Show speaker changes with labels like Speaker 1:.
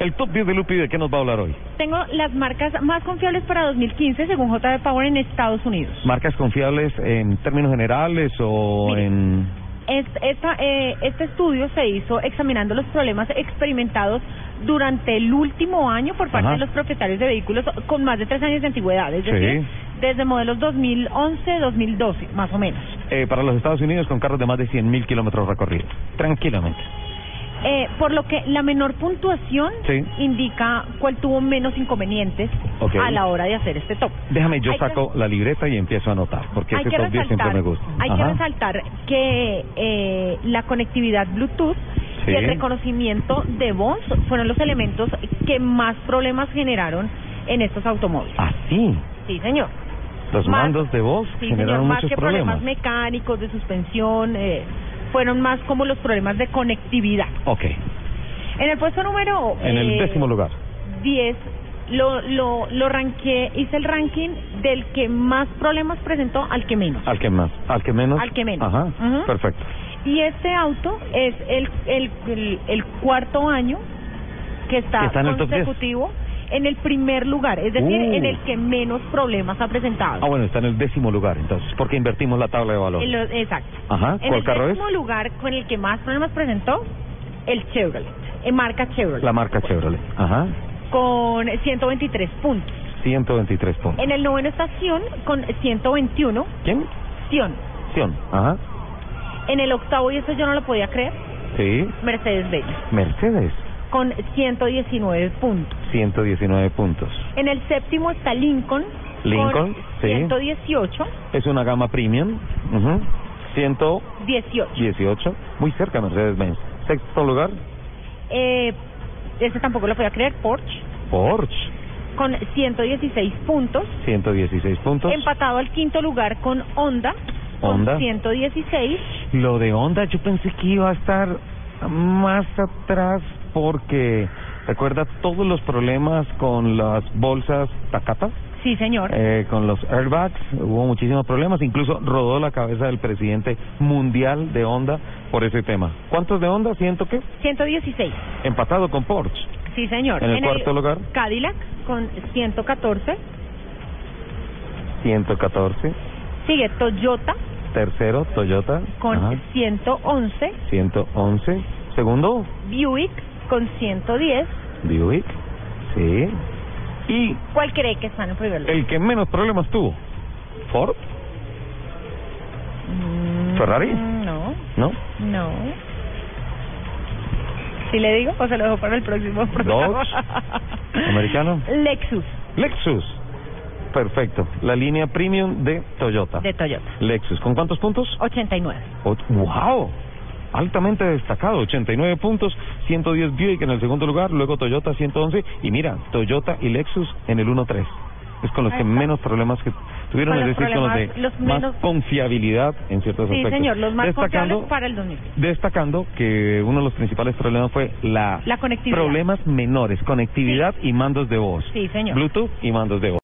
Speaker 1: El top 10 de Lupi, ¿de qué nos va a hablar hoy?
Speaker 2: Tengo las marcas más confiables para 2015 según JD Power en Estados Unidos.
Speaker 1: ¿Marcas confiables en términos generales o
Speaker 2: Mire.
Speaker 1: en...?
Speaker 2: Es- esta, eh, este estudio se hizo examinando los problemas experimentados durante el último año por parte
Speaker 1: Ajá.
Speaker 2: de los propietarios de vehículos con más de tres años de antigüedad, es
Speaker 1: Sí.
Speaker 2: decir, desde modelos 2011-2012, más o menos.
Speaker 1: eh, para los Estados Unidos con carros de más de 100.000 kilómetros recorridos. Tranquilamente.
Speaker 2: Eh, por lo que la menor puntuación
Speaker 1: Sí.
Speaker 2: indica cuál tuvo menos inconvenientes
Speaker 1: Ok.
Speaker 2: a la hora de hacer este top.
Speaker 1: Déjame, yo
Speaker 2: Hay que-
Speaker 1: saco la libreta y empiezo a anotar, porque
Speaker 2: hay
Speaker 1: este
Speaker 2: que
Speaker 1: top 10 siempre
Speaker 2: resaltar,
Speaker 1: me gusta.
Speaker 2: hay que
Speaker 1: Ajá.
Speaker 2: resaltar que eh, la conectividad Bluetooth
Speaker 1: Sí.
Speaker 2: y el reconocimiento de voz fueron los elementos que más problemas generaron en estos automóviles.
Speaker 1: Ah, sí.
Speaker 2: Sí, señor.
Speaker 1: Los
Speaker 2: Más-
Speaker 1: mandos de voz
Speaker 2: Sí,
Speaker 1: generaron
Speaker 2: señor. Más
Speaker 1: muchos
Speaker 2: que problemas mecánicos, de suspensión, eh, fueron más como los problemas de conectividad.
Speaker 1: Ok.
Speaker 2: En el puesto número...
Speaker 1: En el
Speaker 2: eh,
Speaker 1: décimo lugar.
Speaker 2: 10 lo, lo, lo ranqué, hice el ranking del que más problemas presentó al que menos.
Speaker 1: Al que más. Al que menos.
Speaker 2: Al que menos.
Speaker 1: Ajá.
Speaker 2: Ujú.
Speaker 1: Perfecto.
Speaker 2: Y este auto es el, el, el, el cuarto año que está,
Speaker 1: Que está en el top 10.
Speaker 2: consecutivo en el primer lugar, es decir,
Speaker 1: Uh.
Speaker 2: en el que menos problemas ha presentado.
Speaker 1: Ah, bueno, está en el décimo lugar, entonces, porque invertimos la tabla de valor.
Speaker 2: En lo- exacto.
Speaker 1: Ajá.
Speaker 2: En
Speaker 1: ¿Cuál
Speaker 2: el
Speaker 1: carro es?
Speaker 2: décimo lugar con el que más problemas presentó, el Chevrolet, eh, marca Chevrolet.
Speaker 1: La marca
Speaker 2: Bueno,
Speaker 1: Chevrolet. Ajá.
Speaker 2: Con 123 puntos.
Speaker 1: 123 puntos.
Speaker 2: En el noveno está Sion con 121.
Speaker 1: ¿Quién?
Speaker 2: Sion.
Speaker 1: Sion. Ajá.
Speaker 2: En el octavo, y eso yo no lo podía creer,
Speaker 1: Sí.
Speaker 2: Mercedes-Benz
Speaker 1: Mercedes.
Speaker 2: con 119 puntos.
Speaker 1: 119 puntos.
Speaker 2: En el séptimo está Lincoln.
Speaker 1: Lincoln,
Speaker 2: con
Speaker 1: sí.
Speaker 2: 118,
Speaker 1: Es una gama premium. Ujú.
Speaker 2: 18.
Speaker 1: 118. Muy cerca Mercedes-Benz. Sexto lugar,
Speaker 2: Eh, ese tampoco lo podía creer, Porsche,
Speaker 1: Porsche.
Speaker 2: con 116 puntos.
Speaker 1: 116 puntos.
Speaker 2: Empatado al quinto lugar con Honda,
Speaker 1: Honda.
Speaker 2: con 116.
Speaker 1: Lo de Honda yo pensé que iba a estar más atrás porque recuerda todos los problemas con las bolsas Takata,
Speaker 2: Sí, señor.
Speaker 1: eh, con los airbags, hubo muchísimos problemas, incluso rodó la cabeza del presidente mundial de Honda por ese tema. ¿Cuántos de Honda? Siento que
Speaker 2: 116.
Speaker 1: empatado con Porsche.
Speaker 2: Sí, señor.
Speaker 1: ¿En el cuarto lugar?
Speaker 2: Cadillac, con 114.
Speaker 1: 114.
Speaker 2: Sigue Toyota,
Speaker 1: Tercero, Toyota.
Speaker 2: con
Speaker 1: Ajá,
Speaker 2: 111.
Speaker 1: 111. Segundo,
Speaker 2: Buick, con 110.
Speaker 1: Buick. Sí. Y
Speaker 2: ¿Cuál cree que está en el primer lugar?
Speaker 1: El que menos problemas tuvo. Ford, Ferrari,
Speaker 2: Mm, No.
Speaker 1: ¿no?
Speaker 2: No. ¿Sí le digo o se lo dejo para el próximo programa?
Speaker 1: americano.
Speaker 2: Lexus
Speaker 1: Lexus. Perfecto. La línea premium de Toyota.
Speaker 2: de Toyota.
Speaker 1: Lexus. ¿Con cuántos puntos?
Speaker 2: 89.
Speaker 1: Ot- ¡Wow! Altamente destacado, 89 puntos, 110 Buick en el segundo lugar, luego Toyota 111 y mira, Toyota y Lexus en el 1-3. Es con los
Speaker 2: Ahí
Speaker 1: que
Speaker 2: está.
Speaker 1: menos problemas que tuvieron,
Speaker 2: Con
Speaker 1: es
Speaker 2: los
Speaker 1: decir, con los de
Speaker 2: problemas, los
Speaker 1: más
Speaker 2: menos-
Speaker 1: confiabilidad en ciertos
Speaker 2: Sí,
Speaker 1: aspectos.
Speaker 2: señor, los más
Speaker 1: Destacando-
Speaker 2: confiables para el 2000.
Speaker 1: destacando que uno de los principales problemas fue la,
Speaker 2: La conectividad.
Speaker 1: problemas menores, conectividad y mandos de voz.
Speaker 2: Sí, señor.
Speaker 1: Bluetooth y mandos de voz.